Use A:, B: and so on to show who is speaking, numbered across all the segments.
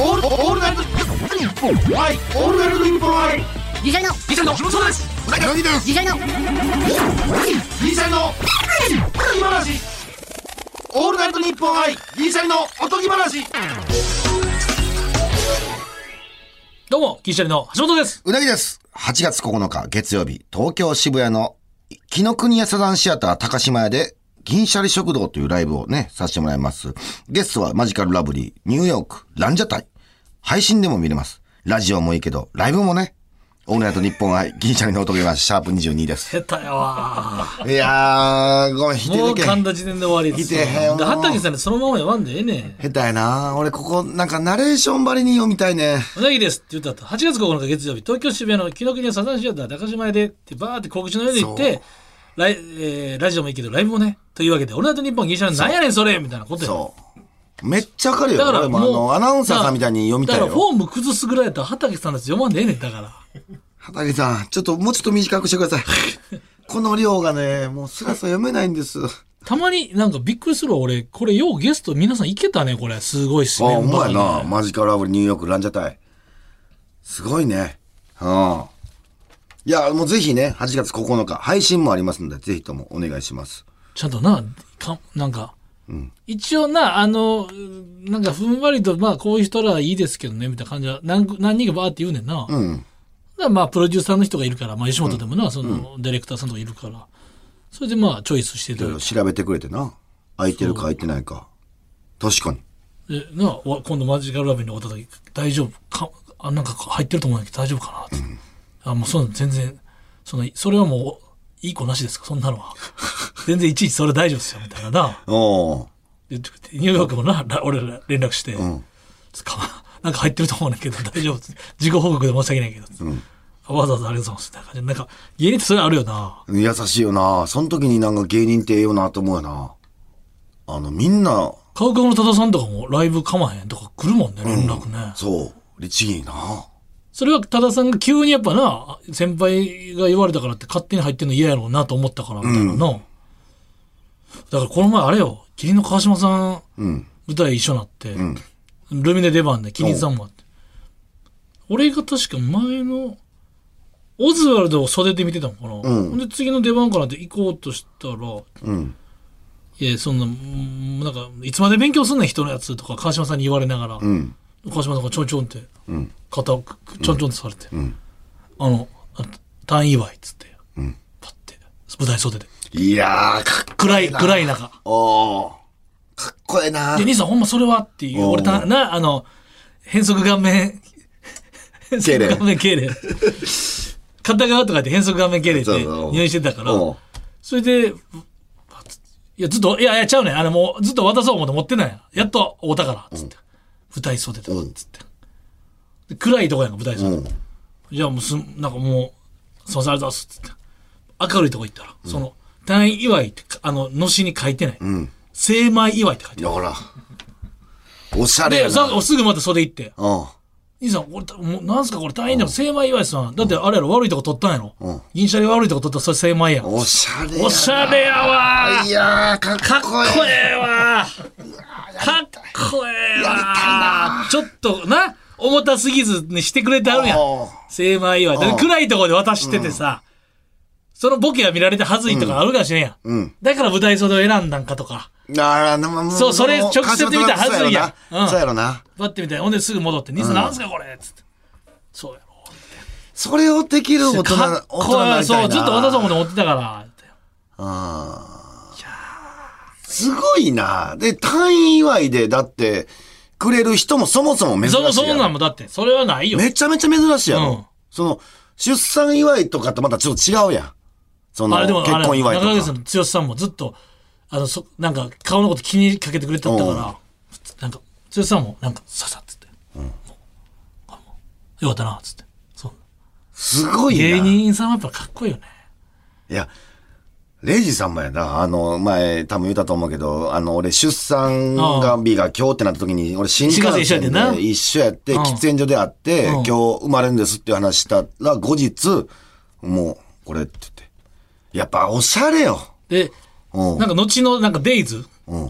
A: オールオールナイトニッポンはいオールナイトニッポンはい
B: ギシャリの
A: ギシャリのそうです
C: なぎです
B: ギシャリの
A: ギシャリのおとぎ話オールナイトニッポンはいギシャリのおとぎ話
D: どうも、銀シャリの橋本です。
C: うなぎです。8月9日月曜日、東京渋谷の紀ノ国屋サザンシアター高島屋で、銀シャリ食堂というライブをね、させてもらいます。ゲストはマジカルラブリー、ニューヨーク、ランジャタイ。配信でも見れます。ラジオもいいけど、ライブもね。オールナイト日本愛、銀シャリのおとぎ話、シャープ22です。
D: 下手 やわ。
C: いやー、ごめん、否定
D: もう
C: できへ
D: 噛ん
C: ん。
D: だ時点で終わりです。
C: いてへんよ
D: で畑さんにそのまま読んでええねん。
C: 下手やな俺ここ、なんかナレーションばりに読みたいね。
D: うなぎですって言った後、8月9日月曜日、東京渋谷の紀ノ国屋サザンシアター高島屋でってバーって告知のように言って、ライえーラジオもいいけど、ライブもね、というわけで、俺だと日本銀シャリのなんやねんそれみたいなことや
C: そう。めっちゃわかるよ。
D: だから
C: 俺もあ
D: もう
C: の、アナウンサーさんみたいに読みたい
D: だ
C: よ。
D: からフォーム崩すぐらいやったら畑さんのやつ読まんでええねんだから。
C: 畑さん、ちょっともうちょっと短くしてください。 この量がね、もうすらすら読めないんです。あ、
D: たまになんかびっくりするわ、俺。これようゲスト皆さんいけたね、これ。すごいっすね。
C: ほんまや
D: メンバー
C: な。
D: が
C: マジカラブリーニューヨークランジャタイ。すごいね。うん。いや、もうぜひね、8月9日、配信もありますので、ぜひともお願いします。
D: ちゃんとな、かなんか、一応な、あの、なんかふんわりと、まあこういう人らはいいですけどね、みたいな感じは、何何人かバーって言うねんな。
C: うん。
D: だからまあプロデューサーの人がいるから、まあ吉本でもな、そのディレクターさんとかいるから、それでまあチョイスしてい
C: い
D: た
C: ろい
D: だい
C: ろ調べてくれてな。空いてるか空いてないか。確かに。
D: て、な、わ今度マジカルラブリーにおった時、大丈夫か、あ、なんか入ってると思うんだけど大丈夫かなって。あ、もうそんな全然、その、それはもう、いい子なしですか、そんなの は。全然いちいちそれ大丈夫ですよ、みたいなな。
C: おー。
D: でニューヨークもな、ら俺ら連絡して、
C: ん
D: つかまなんか入ってると思うねんだけど、大丈夫です。自己報告で申し訳ないけど、
C: ん
D: あわざわざありがとうございます。なんか、なんか芸人ってそれあるよな。
C: 優しいよな。その時になんか芸人ってええよなと思うよな。あの、みんな、
D: カウカウの多田さんとかもライブかまへんとか来るもんね、連絡ね。
C: そう、律儀な。
D: それは多田さんが急にやっぱな、先輩が言われたからって勝手に入ってんの嫌やろうなと思ったから、みたいなな。だからこの前あれよ、麒麟の川島さん、
C: うん。
D: 舞台一緒になって、ルミネ出番でキリンさんもあって俺が確か前のオズワルドを袖で見てたのかな、
C: うん
D: ほんで次の出番かなって行こうとしたら
C: うん。
D: いやそんなうんなんかいつまで勉強すんねん人のやつとか川島さんに言われながら、
C: うん。
D: 川島さんがちょんちょんって
C: うん。
D: 肩をちょんちょんってされて、
C: ん
D: あのあ単位祝いっつって、パッて舞台袖で
C: いやー、かっ
D: 暗い暗い中
C: おー。かっこええな
D: で、。兄さんほんまそれはっていう、
C: おう
D: 俺た、な、あの、変則顔面、変
C: 敬礼
D: 則顔面経礼。片側とかで変則顔面経礼って
C: そうそう
D: 入院してたから、
C: おう
D: それで、いや、ずっと、いや、いや、ちゃうねん。あの、もう、ずっと渡そう思って持ってないやん。やっと、おうたから、つって。舞台袖で、
C: うん
D: つって。で暗いとこやんか、舞台袖。
C: うん。
D: じゃあもうす、なんかもう、すいません、ありがとうございます、つって。明るいとこ行ったら、その、単位祝いって、あの、のしに書いてない。
C: うん。
D: 精米祝いって書いてない
C: いや、ほら。おしゃれ
D: で、
C: やな。
D: さすぐまた袖行って。
C: うん。
D: 兄さん、俺た、もう、なんすかこれ大変だよ。精米岩井さん。だって、あれやろ、悪いとこ取ったんやろ。
C: うん
D: 銀シャリ悪いとこ取ったら、それ精米やん。
C: おしゃれやな。
D: おしゃれやわ
C: いやー、かっ
D: ーかっ
C: こ
D: こ
C: ええ。
D: ええわーかっこええわーちょっと、な、重たすぎずにしてくれてあるやん。
C: おー
D: 精米岩井。だって暗いとこで渡しててさ、そのボケが見られてはずいとかあるかもしれんやん。
C: うん。
D: だから舞台袖を選んだんかとか。
C: なら、なま、
D: そうそれ
C: もう
D: 直接見たら恥ずいやんうん
C: そうやろな。
D: バッてみたいな。ほんですぐ戻って、兄さん、なんすかこれつって。そうやろ。
C: それをできる大人、
D: かっ
C: 大人に
D: こ
C: なりたい
D: い
C: ない
D: そうずっと渡そうもの持ってたから
C: すごいな。で、単位祝いで、だって、くれる人もそもそも珍しい
D: そ
C: や
D: も
C: ろ。
D: そもなんもだってそれはないよ
C: めちゃめちゃ珍しいやろ。
D: うん
C: その、出産祝いとかとまたちょっと違うやん。その、
D: あれでも
C: 結婚祝い
D: あれ中垣さ
C: とか。
D: んの剛さんもずっとあのそなんか顔のこと気にかけてくれてたから、
C: うん
D: なんか剛さんもなんかささっつって、もうあもうよかったなっつってそう
C: すごいな。
D: 芸人さんはやっぱかっこいいよね
C: いや、レイジさんもやな。あの、前、多分言ったと思うけど、あの、俺、出産が、日が今日ってなった時に、俺、新幹
D: 新幹線一緒や
C: 線
D: ってんな
C: で一緒やって、
D: うん
C: 喫煙所で会って、
D: うん
C: 今日生まれるんですっていう話したら、後日、もう、これって言って。やっぱ、おしゃれよ。
D: で
C: うん
D: なんか後のなんかデイズ、
C: ん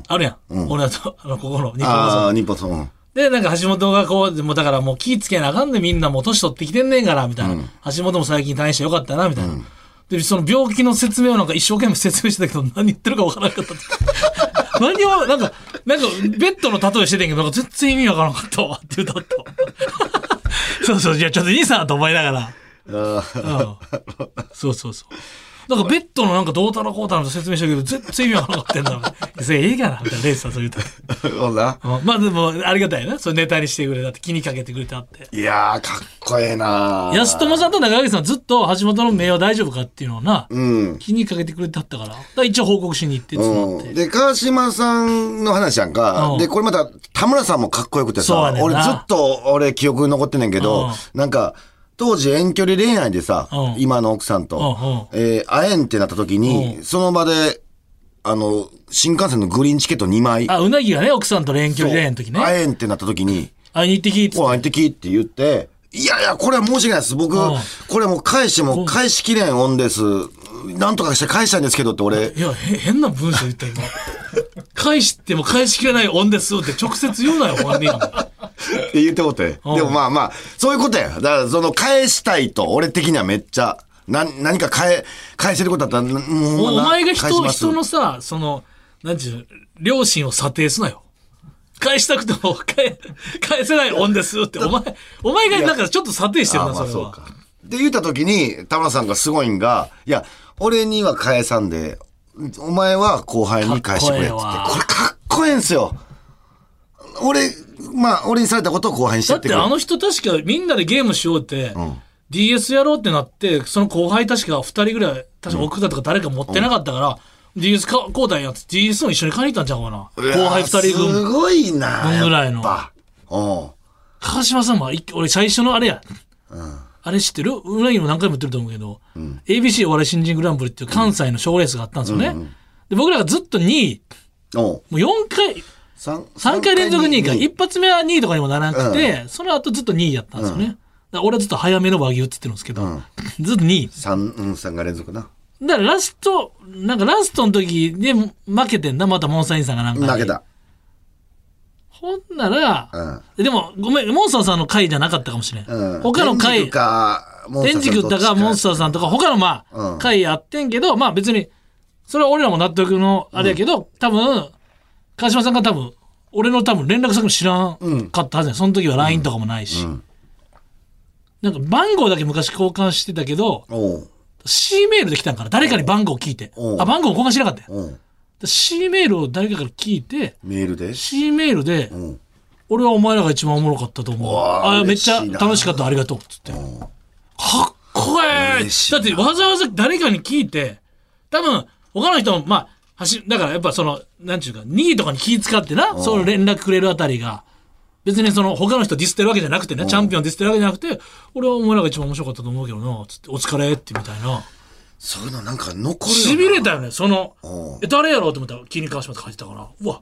D: あるやん、俺らとあのここの日本放送
C: ああ、日本そう。
D: で、なんか橋本がこう、でもだからもう気ぃつけなあかんでみんなもう年取ってきてんねんから、みたいな。橋本も最近退院してよかったな、みたいな。で、その病気の説明をなんか一生懸命説明してたけど、何言ってるかわからなかったって。 何を、なんか、なんか、ベッドの例えしててんけど、なんか全然意味わからなかったわ、って歌ったわ。 そうそう、じゃあちょっといいさなと思いながら。うんそうそうそう。なんかベッドのなんかどうたらこうたらと説明したけど、全然意味わからなかったんだ。 それええかなみたいな、レイスさんそう言うたら。
C: ほんな。
D: うんまあでも、ありがたいな。それネタにしてくれたって、気にかけてくれたって。
C: いやー、かっこええな
D: 安友さんと中垣さんはずっと橋本の名誉は大丈夫かっていうのをな、
C: うん。
D: 気にかけてくれてはったから。だから一応報告しに行って、つまっ
C: う
D: て。
C: ん、で、川島さんの話やんか
D: う。ん
C: で、これまた、田村さんもかっこよくて
D: そうや
C: さ、
D: ねんな
C: 俺ずっと、俺記憶に残ってんねんけど、なんか、当時遠距離恋愛でさ、
D: うん
C: 今の奥さんと、えー会えんってなった時に、その場で、あの、新幹線のグリーンチケット2枚、
D: あ、うなぎがね、奥さんと遠距離恋愛の時ね。
C: 会えんってなった時に、
D: 会いに行ってきっつって
C: こう会えてきって言って、いやいや、これは申し訳ないです。僕、
D: うん
C: これもう返しても返しきれんオンです。なんとかして返したいんですけどって俺、
D: いや、へ変な文章言った今。 返しても返しきれない恩ですって直接言うなよ、本人に。
C: って言ってもうて。でもまあまあ、そういうことや。だから、その返したいと、俺的にはめっちゃ、な、何か返、返せることだったら、なもうほん
D: お
C: まな
D: 前が人
C: 返し
D: を
C: ます
D: 人のさ、その、なんちゅう、両親を査定すなよ。返したくても 返返せない恩ですって、お前、お前がなんかちょっと査定してる
C: あ
D: な、
C: ま
D: そ
C: あ
D: れ
C: そう
D: は。
C: か。で、言った時に、田村さんがすごいんが、いや、俺には返さんで、お前は後輩に返してくれって言って。
D: かっこ
C: これかっこええんすよ。俺、まあ、俺にされたことを後輩にして
D: だ
C: や
D: っ
C: って
D: て
C: くれ
D: あ。の人確かみんなでゲームしようって、DS やろうってなって、その後輩確か2人ぐらい、確か奥田とか誰か持ってなかったから、DS か交代やって DS も一緒に買いに行ったんちゃうかな。後輩2人
C: うわす
D: 分。
C: ごいな。
D: 分ぐらいの
C: やっぱうん。
D: 川島さんも、い俺最初のあれや。あれ知ってるうなぎも何回も言ってると思うけど、ABC お笑い新人グランプリっていう関西の賞ーレースがあったんですよね。で僕らがずっと2位、
C: おう
D: もう4回、
C: 三
D: 3回連続2位か、一発目は2位とかにもならなくて、その後ずっと2位やったんですよね。だから俺はずっと早めの和牛って言ってるんですけど、ずっと2位。
C: 三、うん、三回連続な。
D: だからラスト、なんかラストの時で負けてんだ、またモンスターインさんがなんか。
C: 負け。た。
D: ほんなら、でもごめん、モンスターさんの回じゃなかったかもしれん。
C: うん。
D: 他の
C: 天
D: 回
C: 竺、か、モンスタ
D: 天
C: ーさん
D: 竺とかモンスターさんとか他のまあ、
C: うん
D: 回やってんけど、まあ別に、それは俺らも納得のあれやけど、多分、川島さんが多分、俺の多分連絡先も知らんかったはずや、ん、その時は LINE とかもないし。なんか番号だけ昔交換してたけど、
C: おう
D: C メールで来たんから、誰かに番号聞いて
C: う。ん
D: あ、番号交換しなかったよ。
C: おう
D: C メールを誰かから聞いて、
C: メールで
D: C メールで、
C: ん
D: 俺はお前らが一番おもろかったと思う。
C: わあ
D: あめっちゃ
C: 嬉しいな
D: 楽しかった、ありがとう。つって。かっこええ
C: 嬉しい
D: だ
C: な
D: ってわざわざ誰かに聞いて、多分、他の人も、まあ、はし、だからやっぱその、なんちゅうか、2位とかに気使ってな、そういう連絡くれるあたりが、別にその、他の人ディスってるわけじゃなくてね、チャンピオンディスってるわけじゃなくて、俺はお前らが一番面白かったと思うけどな、つって、お疲れってみたいな。
C: そういうのなんか残るよな。
D: しびれたよね、その
C: うん、
D: え、誰やろうと思ったら、気に川島って書いてたから、うわ、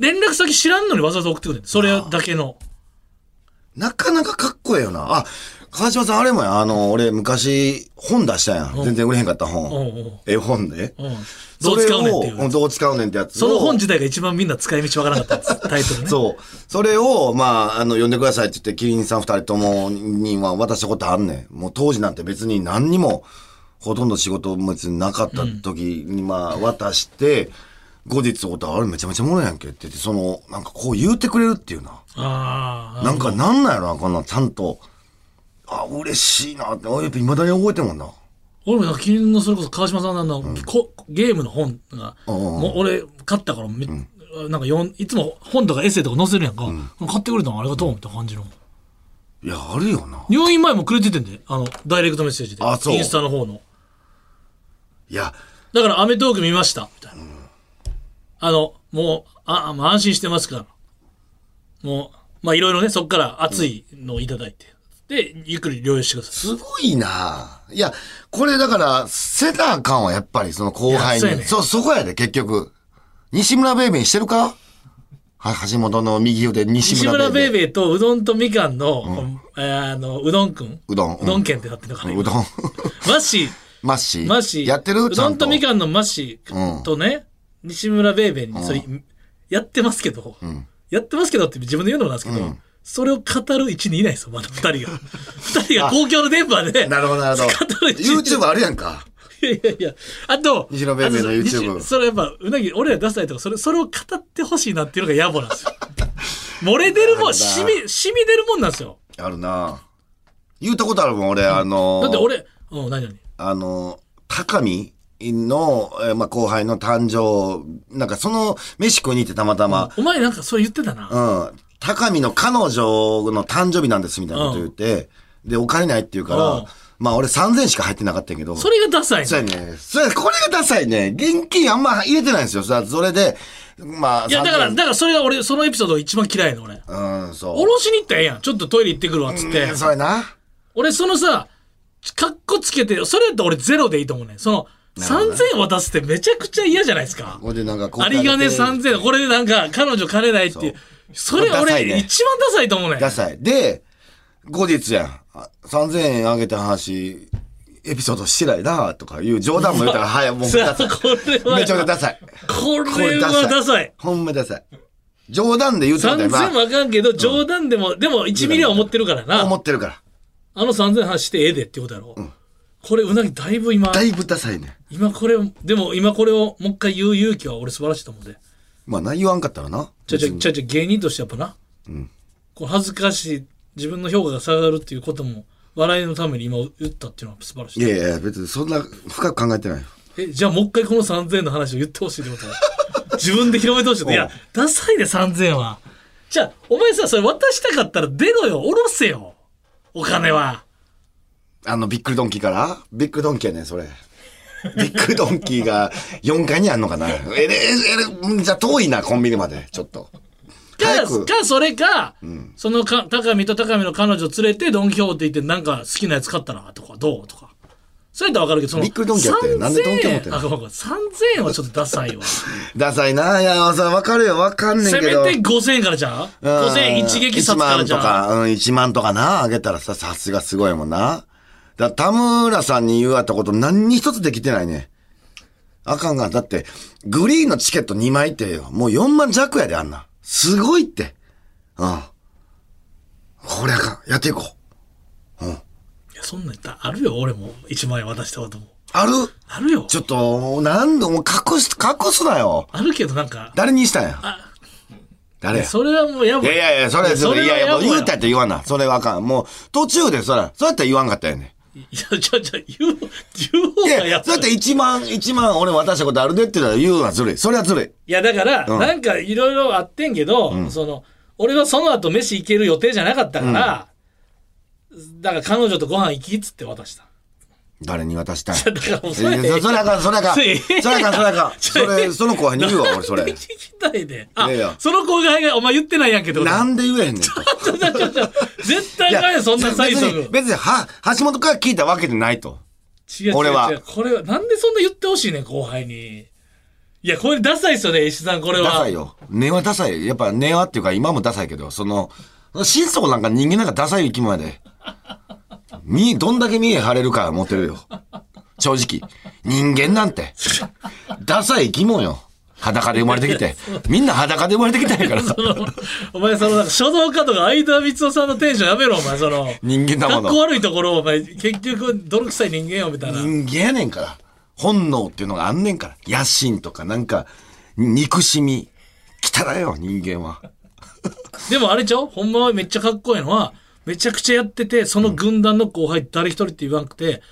D: 連絡先知らんのにわざわざ送ってくれんそれだけの。
C: なかなかかっこええよな。あ、川島さんあれもや、あの、俺昔本出したやん。全然売れへんかった
D: うん
C: 本。
D: うん
C: 絵本で。
D: うんどう使うねんってい
C: それを
D: う。
C: どう使うねんってやつ
D: そ
C: を。
D: の本自体が一番みんな使い道わからなかったっつタイトルね。
C: そう。それを、まあ、あの、読んでくださいって言って、キリンさん二人ともには渡したことあんねん。もう当時なんて別に何にも、ほとんど仕事も別になかった時に、まあ、渡して、後日おったら、あれめちゃめちゃおもろいやんけって言って、その、なんかこう言うてくれるっていうな。
D: あ
C: なんかなんなんやろな、こんなんちゃんと。あ、嬉しいなって、俺やっぱ未だに覚えてるもんな。
D: ー俺もなんか昨日のそれこそ川島さんのあの、こゲームの本が、
C: んうん
D: もう俺買ったからめ、なんかよんいつも本とかエッセイとか載せるやんか、買ってくれたのありがとうみたいな感じの。
C: いや、あるよな。
D: 入院前もくれててんで、あの、ダイレクトメッセージで。
C: あそう
D: インスタの方の。
C: いや、
D: だから、アメトーーク見ました。みたいな。あの、もう、あ、まあ安心してますから。もう、まあ、いろいろね、そこから熱いのをいただいて。で、ゆっくり療養してくださ
C: すごいな。いや、これだから、せなあかんは、やっぱり、その後
D: いや
C: 輩
D: そうやね
C: に。
D: ん
C: そう、そこやで、結局。西村ベイベーしてるかは、橋本の右腕、
D: い。
C: 西
D: 西
C: 村
D: 村
C: ベ
D: ベ
C: イ
D: イ
C: ベー。
D: ベーとうどんとみかんの、えーあの、うどんくん。
C: うどんうん
D: うどん県ってなってるのかな、
C: う
D: 今
C: どん。
D: マッシー、
C: マッシー。
D: マッシー。
C: やってる
D: う
C: ちゃ
D: ど
C: ん
D: ん
C: と。
D: とみかんのマッシーとね、西村ベイベーに、それ、やってますけど、やってますけどって自分で言うのもなんですけど、それを語る位置にいないですよ、まだ二 人が。二人が公共の電波で。
C: なるほど、なるほど。
D: 語る位置に
C: YouTube あるやんか。
D: いやいやいや。あと、
C: 西野弁明の
D: あと
C: YouTube
D: 西それやっぱ、うなぎ、俺ら出したりとか、それ、それを語ってほしいなっていうのが野暮なんですよ。漏れ出るもん、しみ、しみ出るもんなんですよ。
C: あるな言うたことあるもん、俺、あのー、
D: だって俺、うん、何々。
C: あの、高見の、えーまあ、後輩の誕生、なんかその飯食いに行ってたまたま、
D: お前なんかそう言ってたな。
C: うん、高見の彼女の誕生日なんですみたいなこと言って、で、お金ないって言うから、
D: うん
C: まあ俺3000しか入ってなかったんやけど、
D: それがダサいね
C: そうやね。それ、これがダサいね。現金あんま入れてないんですよ。さそれで、まあ、
D: いや、だから、
C: 3000
D: だからそれが俺、そのエピソードが一番嫌いの、俺。
C: うん、そう。
D: おろしに行ったらええやん。ちょっとトイレ行ってくるわ、つって
C: うん。そうやな。
D: 俺、そのさ、カッコつけて、それだったら俺ゼロでいいと思うねん。その、3000渡すってめちゃくちゃ嫌じゃないですか。
C: これでなんかこう
D: 有金3000、これでなんか、彼女金ないっていう。それ
C: ダサいね
D: 俺、一番ダサいと思うねん。
C: ダサい。で、後日やん。あ3000円あげた話、エピソードしてないなとかいう冗談も言 うたら、はい、もう
D: さあ
C: ダサい。
D: これは
C: めちゃめちゃダサい。
D: これはダサい。
C: ほんまダサい。冗談で言うたら
D: 3000
C: ね、ま
D: もあかんけど、冗談でも、でも1ミリは思ってるから
C: あ、
D: な。
C: 思ってるから。
D: あの3000発してええでってことやろ。これ、うなぎだいぶ今、
C: だいぶダサいね。
D: 今これを、でも今これをもう一回言う勇気は俺素晴らしいと思うで。
C: まあな、言わんかったらな。
D: ちゃちゃ、ちゃちゃ、芸人としてやっぱな。こう恥ずかしい、自分の評価が下がるっていうことも、笑いのために今言ったっていうのは素晴らしい。
C: いやいや、別にそんな深く考えてないよ。
D: え、じゃあもう一回この3000の話を言ってほしいってこと自分で広めてほしいって。いや、ダサいで3000は。じゃあ、お前さ、それ渡したかったら出ろよ、下ろせよ。お金は。
C: あの、ビックルドンキーからビックルドンキーやねんそれ。ビックルドンキーが4階にあんのかな。えれ、えれうん、じゃあ遠いな、コンビニまで、ちょっと。
D: か、
C: 早く
D: か、それか、そのか、高見と高見の彼女連れて、ドンキホーテ行って、なんか好きなやつ買ったら、とか、どうとか。そうやったらわかるけど、その、
C: びっくりドンキやって
D: 3000
C: なんでドンキ持ってんの
D: あ、ごめんごめん3000円はちょっとダサ いわ。
C: ダサいな。いや、さ、わかるよ、わかんねん
D: せ
C: け
D: め
C: ど。
D: て5000円からじゃん ?5000 円一撃殺からじ
C: 1万と
D: ゃん
C: か、うん、1万とかな、あげたらさ、さすがすごいもんな。だ田村さんに言われたこと何に一つできてないね。あかんが、だって、グリーンのチケット2枚ってよ、もう4万弱やで、あんな。すごいって。うん。これあかん。やっていこう。
D: いや、そんなん言ったらあるよ、俺も。1万円渡したことも。
C: ある
D: あるよ。
C: ちょっと、何度もう隠す、隠すなよ。
D: あるけど、なんか、
C: 誰にしたんや。誰や。
D: それはもうやば
C: いやいやいや、それ、それ、いやいや、もう言うたっ
D: い
C: て言わな。それはあかん。もう、途中で、そら、そうやったら言わんかったよね。
D: や、ちょ、ちょ、言う、言う方
C: い
D: がや
C: や、
D: ば
C: そうやって1万、1万俺渡したことあるでって言ったら言うのはずるい。それはずるい。
D: いや、だから、なんかいろいろあってんけど、その、俺はその後飯行ける予定じゃなかったから、だから彼女とご飯行きっつって渡した。
C: 誰に渡したん
D: だからもう
C: いやいやそそれあかん、それあかん。
D: そ
C: そ
D: れ
C: れ
D: ええやん
C: あかん、それあかん。
D: ち
C: そ
D: ょ
C: れ、その後輩に言うわ、俺、そ
D: 聞
C: れ。
D: きたいで。あ
C: いやいや、
D: その後輩がお前言ってないやんけど。
C: なんんで言えへんねんと。
D: ちょちょちょちょ絶対
C: い
D: あかんよ、そんな催
C: 別に、
D: 促。
C: 別に、は、橋本から聞いたわけじゃないと。
D: 違う違う違う
C: 俺は
D: これは、なんでそんな言ってほしいねん、後輩に。いや、これダサいっすよね、石さん、これは。
C: ダサいよ。根はダサい。やっぱ根はっていうか今もダサいけど、その、心底なんか人間なんかダサい生き物やで。み、どんだけ見え張れるか持ってるよ。正直。人間なんて。ダサい生き物よ。裸で生まれてきて。みんな裸で生まれてきたんやから。
D: お前、その、なんか書道家とか、相田光夫さんのテンションやめろ、お前、その。
C: 人間だもの
D: かっこ悪いところを、お前、結局、泥臭い人間よ、みたいな。
C: 人間やねんから。本能っていうのがあんねんから。野心とかなんか、憎しみ。汚いよ、人間は。
D: でも、あれちゃうほんまはめっちゃかっこいいのは、めちゃくちゃやってて、その軍団の後輩、誰一人って言わなくて、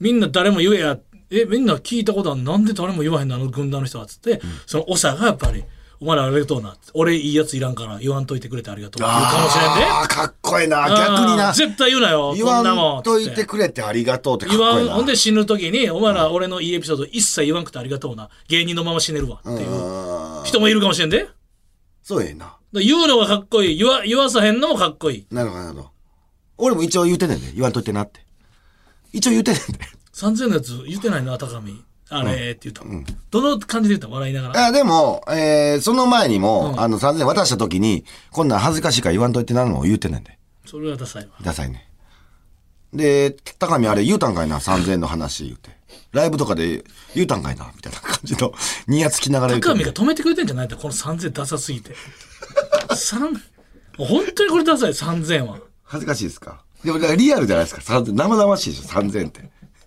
D: みんな誰も言えや、え、みんな聞いたことあるなんで誰も言わへんの、あの軍団の人は、つって、その長がやっぱり、お前らありがとうな。俺いいやついらんから言わんといてくれてありがとう。って言うかもしれんで、
C: あーかっこええな。逆に
D: う
C: な。
D: ん絶対言うなよ。
C: 言
D: こんな
C: わ
D: も
C: ん
D: ん。
C: とい
D: つって
C: くれてありがとうってかっ
D: 言
C: こ
D: わ
C: い
D: ん、
C: いな。
D: ほんで死ぬ時に、お前ら俺のいいエピソード一切言わんくてありがとうな。芸人のまま死ねるわ。っていう人もいるかもしれんで。だか
C: そうやな。
D: ら言うのがかっこいい。言わ、言わさへんのもかっこいい。
C: なるほど、なるほど。俺も一応言うてんねんで。言わんといてなって。一応言うてんねんで。
D: 3000のやつ言ってないな、高見。あれって言った、どの感じで言った笑いながら。
C: あでも、えー、その前にも、あの、3000円渡した時に、こんなん恥ずかしいから言わんといてなのを言うてんねんで。
D: それはダサいわ。
C: ダサいね。で、高見あれ言うたんかいな、3000円の話言うて。ライブとかで言うたんかい な、みたいな感じの、ニヤつきながら言うて
D: 高
C: んね
D: 見
C: ん
D: が止めてくれてんじゃないんだ、この3000ダサすぎて。 さん本当にこれダサい、3000円は。
C: 恥ずかしいですかでも、リアルじゃないですか。3000生々しいでしょ、3000って。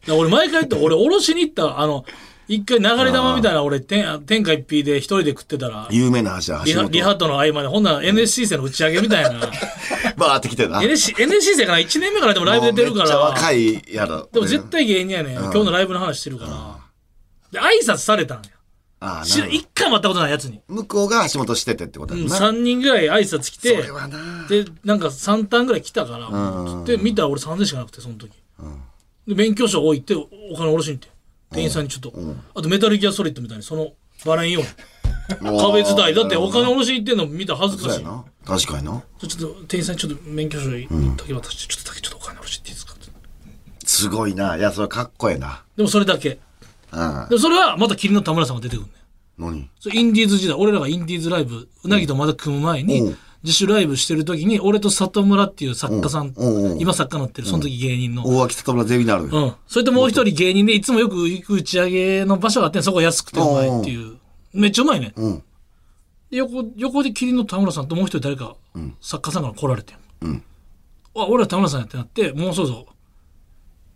D: いや俺毎回言って、俺おろしに行った、あの、一回流れ玉みたいな俺、天天下一品で一人で食ってたら、
C: 有名な話は
D: リ
C: 橋
D: ハリハ
C: 本。
D: との合間で、ほんなら NSC 生の打ち上げみたいな。
C: バーって来てな。
D: NSC, NSC 生から1年目からでもライブ出てるか
C: めっちゃ
D: ら。
C: 若いやろ。
D: でも絶対芸人やねん。今日のライブの話してるから。で、挨拶されたんや。
C: ああ
D: 知ら
C: なるほ
D: 一回も会ったことないやつに。
C: ど向こうが橋本しててってことだ
D: う
C: よ
D: ん、
C: な。
D: 3人ぐらい挨拶来て、
C: それはな。
D: で、なんか3ターンぐらい来たから、
C: ん
D: で、見たら俺3000しかなくて、その時。で、免許証置いて、おお金下ろしに行って。店員さんにちょっと。あと、メタルギアソリッドみたいに、その、バレんように。壁伝い。だって、お金下ろしに行ってんの見たら恥ずか
C: そう
D: し
C: や
D: い。
C: な。確かにな。
D: ちょっと、店員さんにちょっと免許証に時渡して、ちょっとだけちょっとお金下ろしっていいですかって
C: すごいな。いや、それかっこええな。
D: でもそれだけ。
C: うん。
D: でもそれは、また霧の田村さんが出てくるねん。
C: 何
D: それインディーズ時代、俺らがインディーズライブ、うなぎとまだ組む前に、
C: うん
D: 自主ライブしてる時に、俺と里村っていう作家さん、
C: うんうんうん
D: 今作家になってる、その時芸人の。
C: 大脇里村ゼミナル。
D: う
C: よ
D: ん。それともう一人芸人で、いつもよく行く打ち上げの場所があって、そこ安くてうまいっていう。めっちゃうまいね。
C: うん。
D: で横、横で霧の田村さんともう一人誰か、作家さんから来られてん。
C: ん
D: あ、俺ら田村さんやってなって、もうそろそろ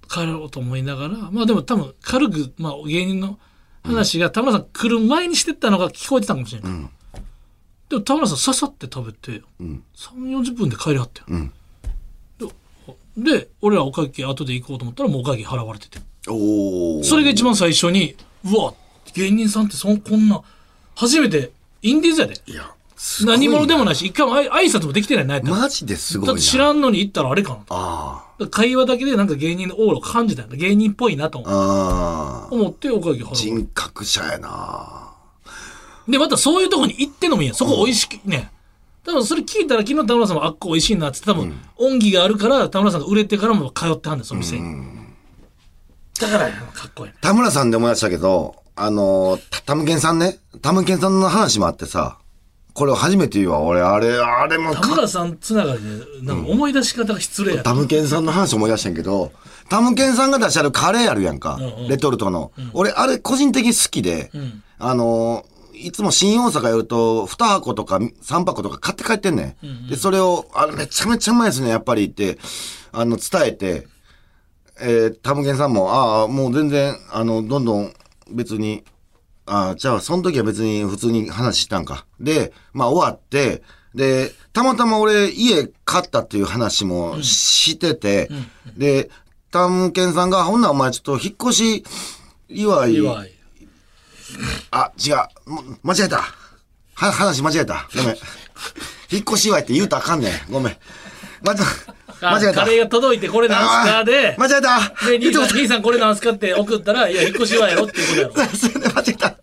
D: 帰ろうと思いながら、まあでも多分軽く、まあ芸人の話が田村さん来る前にしてったのが聞こえてたかもしれない。でも田村さんささって食べて、3、40分で帰りはったよ。でで、俺らお会計後で行こうと思ったらもうお会計払われてて。
C: おー。
D: それが一番最初に、うわ、芸人さんってそんこんな、初めて、インディーズやで。
C: いや、
D: 何者でも
C: ない。
D: ないし、一回も挨挨拶もできてないなやったら。
C: マジですごい
D: だ
C: な。
D: って知らんのに行ったらあれかな。だか
C: あ
D: ら会話だけでなんか芸人のオーラを感じたんだ。芸人っぽいなと
C: あ。ああ。
D: 思っておかげ払う。
C: 人格者やな。
D: で、またそういうとこに行ってのもいいやんそこ美味しく、ね。多分それ聞いたら昨日田村さんもあっこ美味しいなって多分、恩義があるから田村さんが売れてからも通ってはんだよ、その店に。だから、かっこいい。
C: 田村さんで思い出したけど、あのー、たタムケンさんね。タムケンさんの話もあってさ、これを初めて言うわ。俺、あれ、あれも
D: 田村さんつながりで、なんか思い出し方が失礼やった
C: タムケンさんの話思い出したんやけど、タムケンさんが出してあるカレーあるやんか、
D: んうん
C: レトルトの。俺、あれ個人的に好きで、あのー、いつも新大阪寄ると、2箱とか3箱とか買って帰ってんねん。で、それを、あれめちゃめちゃうまいですね、やっぱりって、あの、伝えて、えー、タムケンさんも、ああ、もう全然、あの、どんどん別に、ああ、じゃあ、その時は別に普通に話したんか。で、まあ終わって、で、たまたま俺、家買ったっていう話もしてて、で、タムケンさんが、ほんならお前ちょっと引っ越し祝い、
D: 岩井。
C: あ、違う、も間違えた。は、話間違えた。ごめん。引っ越し祝いって言うたらあかんねん。ごめん。また、
D: あ
C: 間違えた。
D: カレーが届いてこれなんすかで
C: あー、間違えた。
D: で、兄さん、兄さんこれなんすかって送ったら、いや、引っ越しはやろっていう ことやろ。
C: それで間違えた。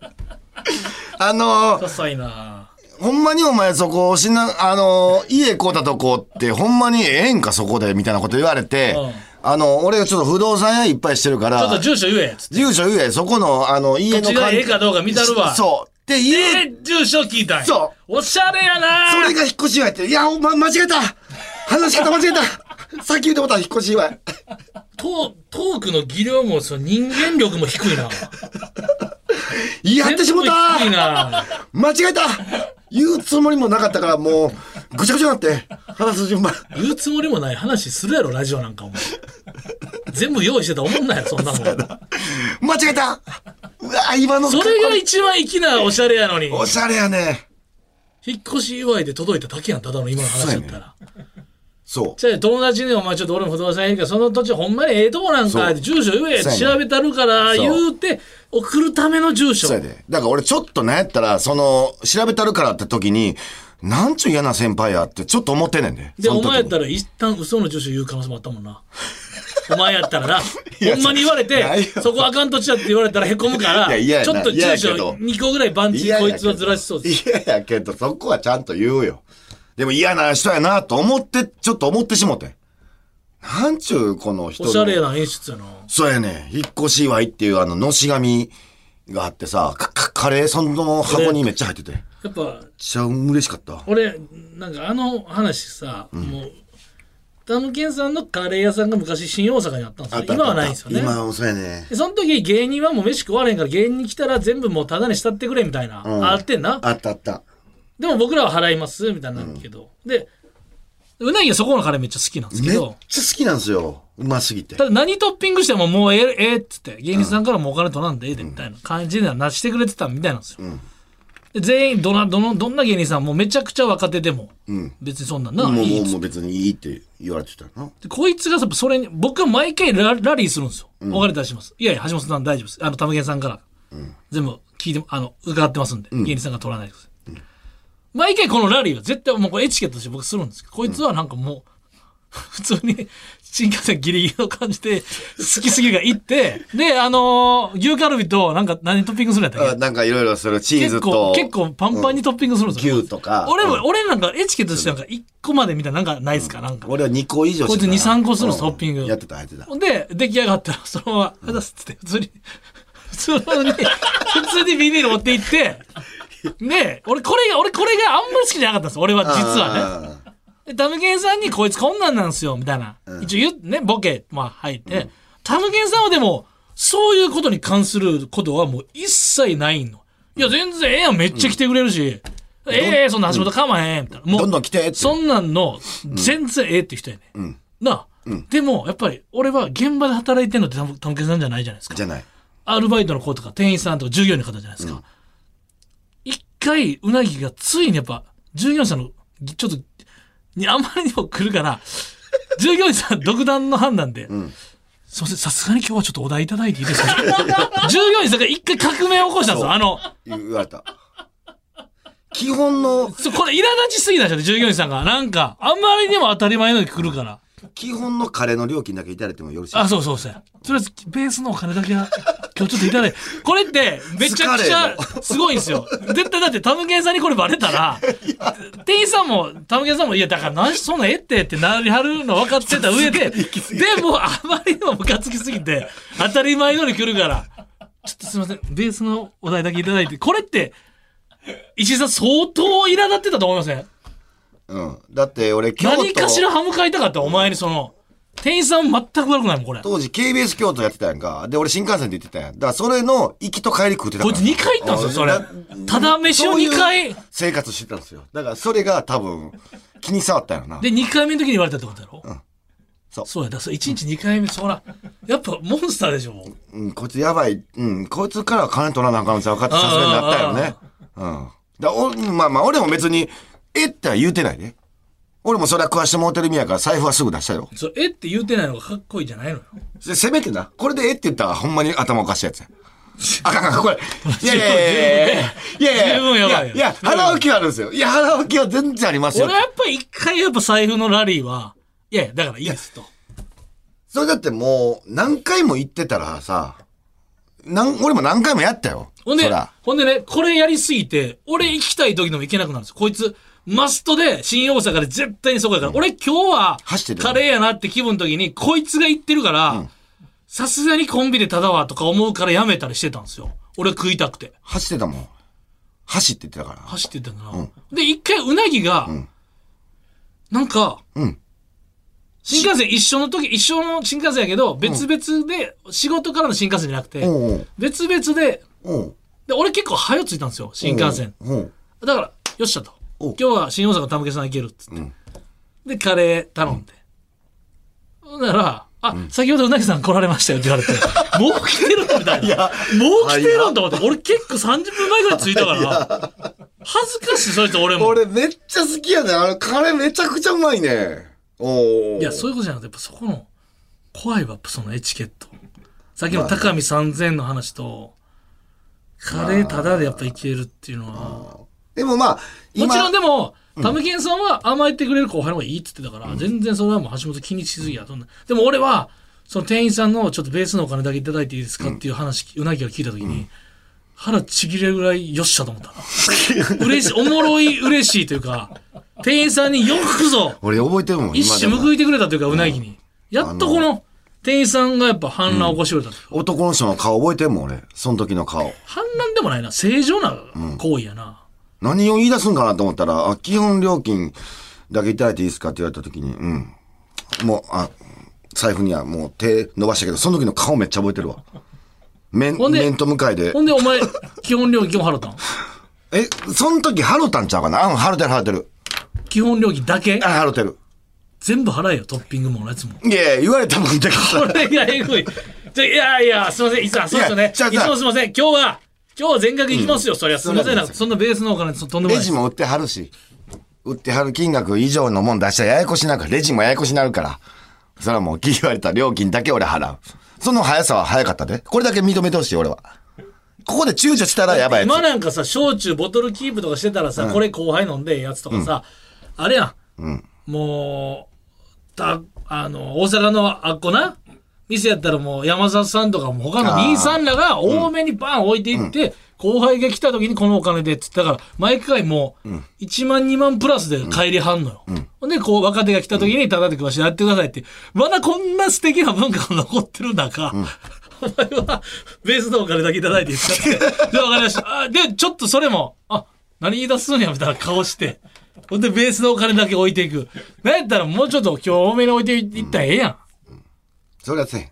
C: あのー、
D: ダサいな
C: ほんまにお前そこ、しな、あの、家買うたとこって、ほんまにええんかそこで、みたいなこと言われて、
D: うん
C: あの、俺ちょっと不動産屋いっぱいしてるか
D: ちょっと
C: ら、
D: 住所言え、つって。
C: 住所言え、そこの、あの、家の
D: 土地がええかどうか見たるわ
C: そう。で、家、
D: で、住所聞いたんや。。
C: そう
D: おしゃれやな
C: それが引っ越し祝いって、いや、お前間違えた話し方間違えた さっき言ってもった引っ越し祝い。
D: トートークの技量も、その人間力も低いな。
C: やってしもた
D: 全部低いな
C: 間違えた言うつもりもなかったから、もう、ぐちゃぐちゃになって、話す順番。
D: 言うつもりもない話するやろ、ラジオなんかお前。全部用意してたら思んないよ、そんなもん。
C: 間違えたうわ、今の、
D: それが一番粋なおしゃれやのに。
C: おしゃれやね。
D: 引っ越し祝いで届いただけやん、ただの今の話だったら。
C: そう。
D: じゃあ友達にお前ちょっと俺も不動産屋やからその土地ほんまにええとこなんかって
C: そ
D: 住所言えって
C: そうや
D: 調
C: ね
D: べたるから
C: そう
D: 言うて送るための住所
C: そうやで。だから俺ちょっとなんやったら、その、調べたるからって時に、なんちゅう嫌な先輩やってちょっと思ってんねんで。
D: で
C: その
D: お
C: 時に
D: 前やったら一旦嘘の住所言う可能性もあったもんな お前やったらなほんまに言われて
C: ないよ
D: そこあかん土地だって言われたらへこむから
C: いや嫌やな
D: ちょっと
C: 嫌
D: 住
C: や
D: 所
C: けど
D: 2個ぐらい番地
C: 嫌や
D: こ
C: けど
D: いつはずらしそうです
C: 嫌やけど、そこはちゃんと言うよ。でも嫌な人やなと思って、ちょっと思ってしもて。なんちゅうこの人
D: お
C: の。
D: しゃれな演出やな
C: そうやね。引っ越し祝いっていうあの、のし紙があってさ、かかカレーその箱にめっちゃ入ってて。めっ
D: やっぱ
C: ちゃ嬉しかった。
D: 俺なんかあの話さ、もう田野健さんのカレー屋さんが昔新大阪にあったんですよ今はないんですよね
C: 今はそうやね。
D: でその時芸人はもう飯食われへんから芸人来たら全部もうタダにしたってくれみたいな、
C: うん
D: あってんな
C: あったあった。
D: でも僕らは払います、みたいになるけど。で、うなぎはそこのカレーめっちゃ好きなんですけ
C: めっちゃ
D: ど
C: 好、きなんですよ。うますぎて。
D: ただ何トッピングしてももうええ、ええっつって、芸人さんからもお金取らんでええで、みたいな感じではなしてくれてたみたいなんですよ。で全員どな、どの、どんな芸人さんもめちゃくちゃ若手でも、別にそんなんな、
C: もう、
D: いいっつっ
C: もう
D: て
C: もう別にいいって言われてたの。
D: でこいつがさそれに、僕は毎回ララリーするんですよ。お金出します。いやいや、橋本さん大丈夫です。あの、玉源さんから、全部聞いて、あの、伺ってますんで、芸人さんが取らないでください。毎回このラリーは絶対もうこれエチケットとして僕するんですけど、こいつはなんかもう、 普通に新幹線ギリギリの感じで、好きすぎるから行って、 で、あのー牛カルビとなんか何トッピングするんやったっけ
C: あなんかいろいろそれチーズ
D: 結構
C: と、
D: 結構パンパンにトッピングするんですよ。
C: うん牛とか
D: 俺も、
C: うん
D: 俺なんかエチケットとしてなんか1個までみたいななんかないですか、なんか。
C: 俺は2個以上してた
D: こいつ2 3個するんですトッピング
C: やってた、やってた。
D: ほんで、出来上がったら、 そのまま、あざすって、普通に、 普通に、普通にビニール持って行 って、で、俺これが、俺これがあんまり好きじゃなかったんです、俺は実はね。
C: ね。
D: で、タムケンさんにこいつこんなんなんすよ、みたいな。一応言う、ね、ボケ、まあ入って、タムケンさんはでも、そういうことに関することはもう一切ないの。いや、全然ええやん、めっちゃ来てくれるし、ええええそんな橋本かまへん、みたいな。もう
C: どんどん来てって。
D: そんなんの、全然ええって人やね。ん、なあ、でも、やっぱり、俺は現場で働いてんのってたむ、たむけさんじゃないじゃないですか
C: じ。ゃない。
D: アルバイトの子とか、店員さんとか、従業員の方じゃないですか。一回、うなぎがついにやっぱ、従業員さんの、ぎちょっと、にあまりにも来るから、従業員さん独断の判断で、すいません、さすがに今日はちょっとお題いただいていいですか従業員さんが一回革命を起こしたんです
C: そう
D: よ。あの、
C: 言われた。基本の、
D: そうこれ、苛立ちすぎたんでしょね、従業員さんが。なんか、あんまりにも当たり前のように来るから。
C: 基本のカレーの料金だけいただいてもよろしい
D: あ、そうそうそう。とりあえず、ベースのお金だけは、 今日ちょっといただいて。これって、めちゃくちゃすごいんですよ。絶対だって、タムケンさんにこれバレた ら、店員さんも、タムケンさんも、いや、だからなん、そんなんええってってなりはるの分かってた上で、でも、あまりにもムカつきすぎて、当たり前のように来るから、ちょっとすいません、ベースのお題だけいただいて、これって、石井さん相当苛立ってたと思いません
C: うん。だって俺、京
D: 何かしら
C: 都、
D: 歯向かいたかった、お前にその、店員さん全く悪くないもん、これ。
C: 当時 KBS 京都やってたやんか。で、俺新幹線で行ってたやん。だからそれの行きと帰り食うてた
D: こ
C: か
D: い
C: ら。
D: つ2回行ったんですよ、それ
C: だ。
D: ただ飯を2
C: そうい
D: 回
C: う。生活してたんですよ。だからそれが多分、気に障ったんやろな。
D: で、2回目の時に言われたってことだろ
C: そう
D: そうや、だから1日2回目、そら、やっぱモンスターでしょ、もう
C: うん、こいつやばい。うん、こいつからは金取らなあかんちゃうかってさすがになったよね。うん。だおまあまあ、俺も別に、えっては言うてないね。俺もそれは食わしてもうてる意味やから財布はすぐ出したよ。
D: それ、えって言うてないのがかっこいいじゃないのよ。
C: せせめてな、これでえって言ったらほんまに頭おかしいやつや。あかんあかん、これ。いやいやいやいやいやいや
D: 十分やばいよ
C: いや、腹置きはあるんですよ。いや、腹置きは全然ありますよ
D: 俺。はやっぱり1回やっぱ財布のラリーは、いやいや、だからいいですと。
C: それだってもう、何回も言ってたらさ、なん、俺も何回もやったよ。
D: ほんで
C: そら、
D: ほんでね、これやりすぎて、俺行きたい時でも行けなくなるんですよ。こいつ、マストで、新大阪で絶対にそこやから、俺今日は
C: 走って、るよ
D: カレーやなって気分の時に、こいつが行ってるから、さすがにコンビでただわとか思うからやめたりしてたんですよ。俺食いたくて。
C: 走ってたもん。走って言ってたから。
D: 走ってたんだな。で、一回うなぎが、なんか、
C: ん
D: 新幹線一緒の時、一緒の新幹線やけど、別々で、仕事からの新幹線じゃなくて、
C: おう
D: 別々で、
C: おう
D: で、俺結構早ついたんですよ、新幹線。
C: おう
D: だから、よっしゃと。
C: お
D: 今日は新大阪のたむけさん行けるっつって。で、カレー頼んで。ほんなら、あ、先ほどうなぎさん来られましたよって言われて、 もう来てるみたいな。もう来てるんと思って、俺結構30分前ぐらい着いたから、恥ずかしい、そいつ俺も。
C: 俺めっちゃ好きやね。あの、カレーめちゃくちゃうまいね。おお。
D: いや、そういうことじゃなくて、やっぱそこの、怖いわ、やっぱそのエチケット。さっきの高見3000の話と、カレータダでやっぱいけるっていうのは、
C: でもまあ、
D: もちろん
C: で
D: でも、タムケンさんは甘えてくれる後輩の方がいいって言ってたから、全然それはもう橋本気にしすぎや。そんなでも俺は、その店員さんのちょっとベースのお金だけいただいていいですかっていう話、うなぎが聞いたときに、腹ちぎれるぐらいよっしゃと思ったな。嬉しい、おもろい嬉しいというか、店員さんによくぞ、
C: 俺覚えてるもん、
D: 一矢
C: でも
D: 報いてくれたというか、うなぎに。やっとこの、店員さんがやっぱ反乱を起こしてくれたというか。
C: 男の人の顔覚えてるもん、俺。その時の顔。
D: 反乱でもないな。正常な行為やな。
C: 何を言い出すんかなと思ったら、あ、基本料金だけいただいていいですかって言われた時に、うん。もう、あ、財布にはもう手伸ばしたけど、その時の顔めっちゃ覚えてるわ。面、
D: ほんで
C: 面と向かいで
D: ほ。んで、お前、基本料金も払ったん
C: え、その時払ったんちゃうかなあ、うん、払ってる払ってる。
D: 基本料金だけ
C: あ、払ってる。
D: 全部払えよ、トッピングもおや つも。
C: いやいや、言われたもんだか
D: こ
C: ら。
D: れがえぐい。じゃいやいや、すいません、いつもそうですよ
C: い
D: ね。
C: や
D: い
C: じゃあ
D: つもすいません、今日は、今日は全額行きますよ、そりゃ。すいません
C: そ
D: な、そんなベースのお金、そとんでも
C: レ
D: ないで
C: ジ
D: す。
C: も売ってはるし。売ってはる金額以上のもん出したらややこしなるから、レジもややこしなるから。それはもう、言われた料金だけ俺払う。その速さは早かったで。これだけ認めてほしい、俺は。ここで躊躇したらやばいや
D: 今
C: つ。
D: なんかさ、焼酎ボトルキープとかしてたらさ、これ後輩飲んでええやつとかさ、あれやん。もう、た、あの、大阪のあっこな、店やったらもう山里さんとかも他の
C: あー
D: 兄さんらが多めにバン置いていって、後輩が来た時にこのお金でっつったから、毎回もう1万2万プラスで帰りはんのよ。ほんで、こう若手が来た時にただで食わしてやってくださいって、まだこんな素敵な文化が残ってる中、お前は、ベースのお金だけいただいていいですかって。で、わかりました。あで、ちょっとそれも、あ、何言い出すんやみたいな顔して。ほんで、ベースのお金だけ置いていく。なんやったらもうちょっと今日多めに置いていったらええやん。
C: それはせん。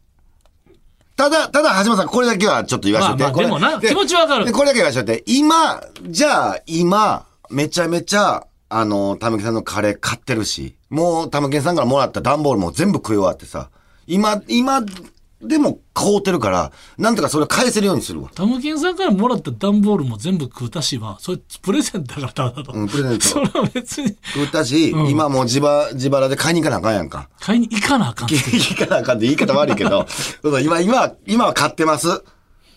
C: ただ、ただ、橋本さん、これだけはちょっと言わせて。
D: まあまあ
C: これ
D: でもな気持ちわかる
C: でこれだけは言わせて。今、じゃあ、今、めちゃめちゃ、あの、たむけんさんのカレー買ってるし、もう、たむけんさんからもらった段ボールも全部食い終わってさ、今、今、でも買うてるから、なんとかそれを返せるようにするわ。
D: タムケンさんからもらった段ボールも全部食うたしは、それプレゼントだからただ
C: う
D: の。
C: ん、プレゼント。
D: それは別に
C: 食っ たし、今もう自腹、自腹で買いに行かなあかんやんか。
D: 買いに行かなあかん。
C: 行かなあかんって言い方悪いけど、そうそう今、今は、今は買ってます。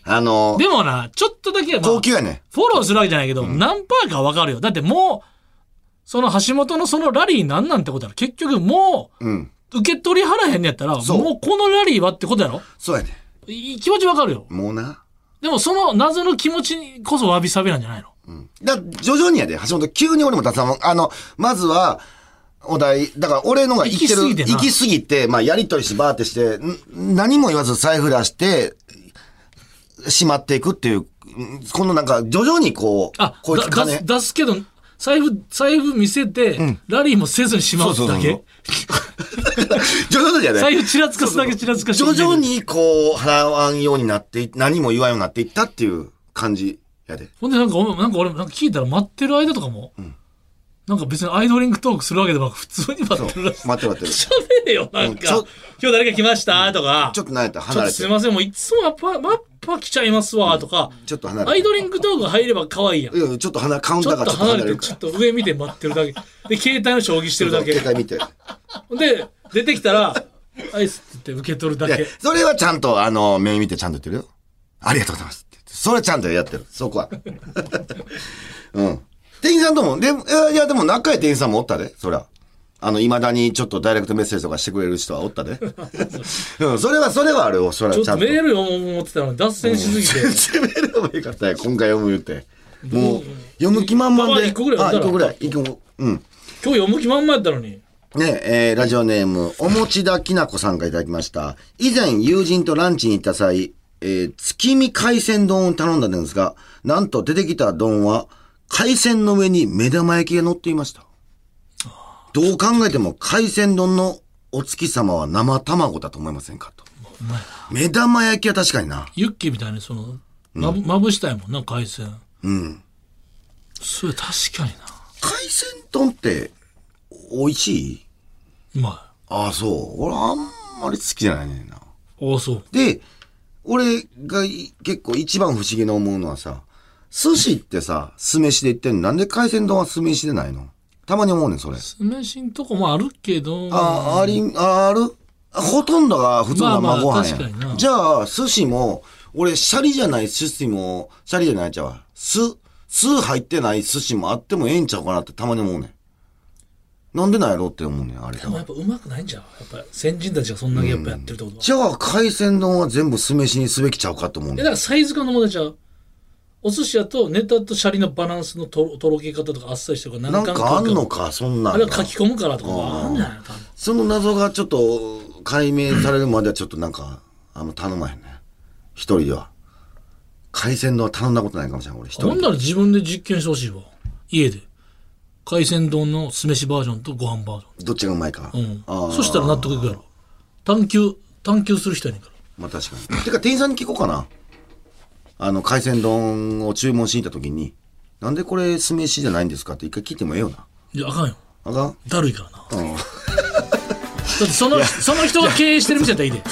C: あの、
D: でもな、ちょっとだけは、まあ
C: 高級やねん。
D: フォローするわけじゃないけど、何パーかわかるよ。だってもう、その橋本のそのラリーなんなんってことやろ。結局もう、
C: うん。
D: 受け取り払えへんのやったら、もう
C: そう
D: このラリーはってことやろ
C: そうやねん。
D: い気持ちわかるよ。
C: もうな。
D: でもその謎の気持ちにこそわびさびなんじゃないの
C: だ、徐々にやで、橋本、急に俺も出さん、あの、まずは、お題、だから俺のが生きてる、
D: 行き過ぎてな
C: 行き過ぎて、まあ、やりとりし、バーってして、ん何も言わず財布出して、しまっていくっていう、んこのなんか、徐々にこう、
D: あ、
C: こいつ
D: だ出
C: 金
D: す、、出すけど、財布、財布見せて、ラリーもせずにしまう
C: そうそうそ
D: だ
C: う
D: け。
C: 徐々にやで。
D: 財布ちらつかすだけちらつかして
C: 徐々。にこう、払わんようになってい、何も言わんようになっていったっていう感じや で。
D: ほんでなんかお、なんか俺、なんか聞いたら待ってる間とかも、なんか別にアイドリングトークするわけでもなく、普通に待ってるらしい。
C: 待って待って。ち
D: 喋れよ、なんか。
C: ちょ
D: 今日誰か来ましたとか。
C: ょっと慣れて、
D: ちょっ
C: 離
D: と
C: れ
D: す
C: て
D: い。ません、もういつもやっぱ、マッパ来ちゃいますわ、とか、
C: ちょっと離れて。
D: アイドリングトーク入れば可愛いやん。
C: いやちょっと離れ、カウン
D: ち
C: タ
D: ょ
C: ー
D: っ
C: が
D: と
C: ちょっと離
D: 離
C: れ
D: れ
C: る
D: て、
C: か
D: ちょっと上見て待ってるだけ。で、携帯の将棋してる
C: ら。
D: だけ。
C: 携帯見て。
D: で、出てきたら、 アイスって言って受け取るだ
C: で
D: け。
C: それはちゃんと、あの、目見てちゃんと言ってるよ。ありがとうございますって言って。それちゃんとやってる。そこは。 うん。店員さんとも、でも、いやいや、でも仲いい店員さんもおったで、そりゃ。あの、未だにちょっとダイレクトメッセージとかしてくれる人はおったで。 うん、それは、それはあるよ、それ
D: ちょ
C: は
D: っ
C: ちゃ
D: と
C: んと。
D: メールを思ってたのに脱線しすぎ て。
C: 全然メールでもよかったよ、今回読む言って。もう、読む気満々
D: まあ
C: で。
D: 一個ぐらい
C: あ、
D: 読
C: 一
D: んだら
C: 個ぐらい。一個、うん。
D: 今日読む気まんまやったのに。
C: ねえーラジオネーム、おもちだきなこさんからいただきました。以前、友人とランチに行った際、えー月見海鮮丼を頼んだんですが、なんと出てきた丼は、海鮮の上に目玉焼きが乗っていました。どう考えても海鮮丼のお月様は生卵だと思いませんかと。目玉焼きは確かにな。
D: ユッケみたいにその、まぶまぶしたいもんな、海鮮。
C: うん。
D: それ確かにな。
C: 海鮮丼って、美味しいう
D: ま
C: ああ、そう。俺あんまり好きじゃないねんな。
D: い。おそう。
C: で、俺がい結構一番不思議な思うのはさ、寿司ってさ、酢飯で言ってんのなんで海鮮丼は酢飯でないのたまに思うねん、それ。
D: 酢飯んとこもあるけど。
C: あ、あり、ああるほとんどが普通の
D: まあま
C: 生
D: あ
C: ご飯やん。
D: 確かにな
C: じゃあ、寿司も、俺、シャリじゃない寿司も、シャリじゃないちゃうわ。酢、酢入ってない寿司もあってもええんちゃうかなってたまに思うねん。なんでなんやろって思うねん、あれ
D: でもやっぱ上手くないんじゃんやっぱ先人たちがそんなにやっぱやってるってことは、
C: じゃあ、海鮮丼は全部酢飯にすべきちゃうかと思う
D: い
C: ね
D: や
C: ん
D: だからサイズ感の問題ちゃうお寿司やとネタとシャリのバランスのとろとろけ方とかあっさりしてるから
C: なん
D: 貫
C: かあんの
D: か
C: か、そんなん
D: あ
C: が。
D: れは書き込むからとかあんじゃないの多分
C: その謎がちょっと解明されるまではちょっとなんか、あんま頼まへんね。一人では。海鮮丼は頼んだことないかもしれない、俺一
D: ほ
C: 人
D: ん
C: で。
D: なら自分で実験してほしいわ家で海鮮丼の酢飯バージョンとご飯バージ
C: どっちがうまいか。
D: ョン、
C: あ
D: う
C: あ
D: ん、そしたら納得いくやろ探求探求する人やねんから
C: まあ確かに。てか店員さんに聞こうかな。あの、海鮮丼を注文しに行った時に、なんでこれ酢飯じゃないんですかって一回聞いてもええよな。
D: いや、あかんよ。
C: あかん
D: だるいからな。だ
C: うん
D: ってその、その人が経営してる店やったらいいで。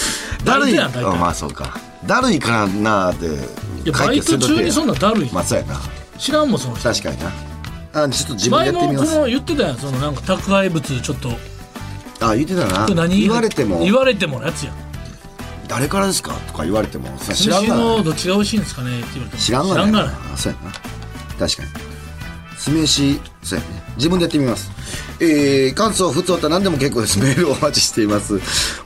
C: だるい。
D: やん、大
C: あ
D: 体。
C: まあそうか。だるいからなあって
D: いや、バイト中にそんなだるい。
C: まあそうやな。
D: 知らんもん、その人。
C: 確かにな。あちょっと自分
D: 前
C: でやってみ
D: も
C: ま
D: こ
C: す。
D: の言ってたやん、そのなんか宅配物、ちょっと、
C: あ言ってたな。
D: 何
C: 言われても
D: 言われてものやつやん。
C: 誰からですかとか言われてもさ知
D: 知
C: ら
D: ら
C: ん
D: ん
C: がな。
D: のどっちが美味しいんですかねって言われても。
C: 知らんが
D: 知
C: な。
D: らんがな。
C: あそうやな。確かに。酢飯そうやね。自分でやってみます。えー、感想、ふつおた何でも結構です。メ ールをお待ちしています。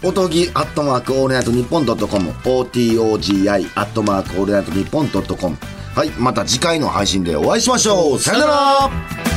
C: おとぎ、アットマーク、オールナイトニッポンドットコム。OTOGI、アットマーク、オールナイトニッポンドットコム。はい、また次回の配信でお会いしましょう。さよなら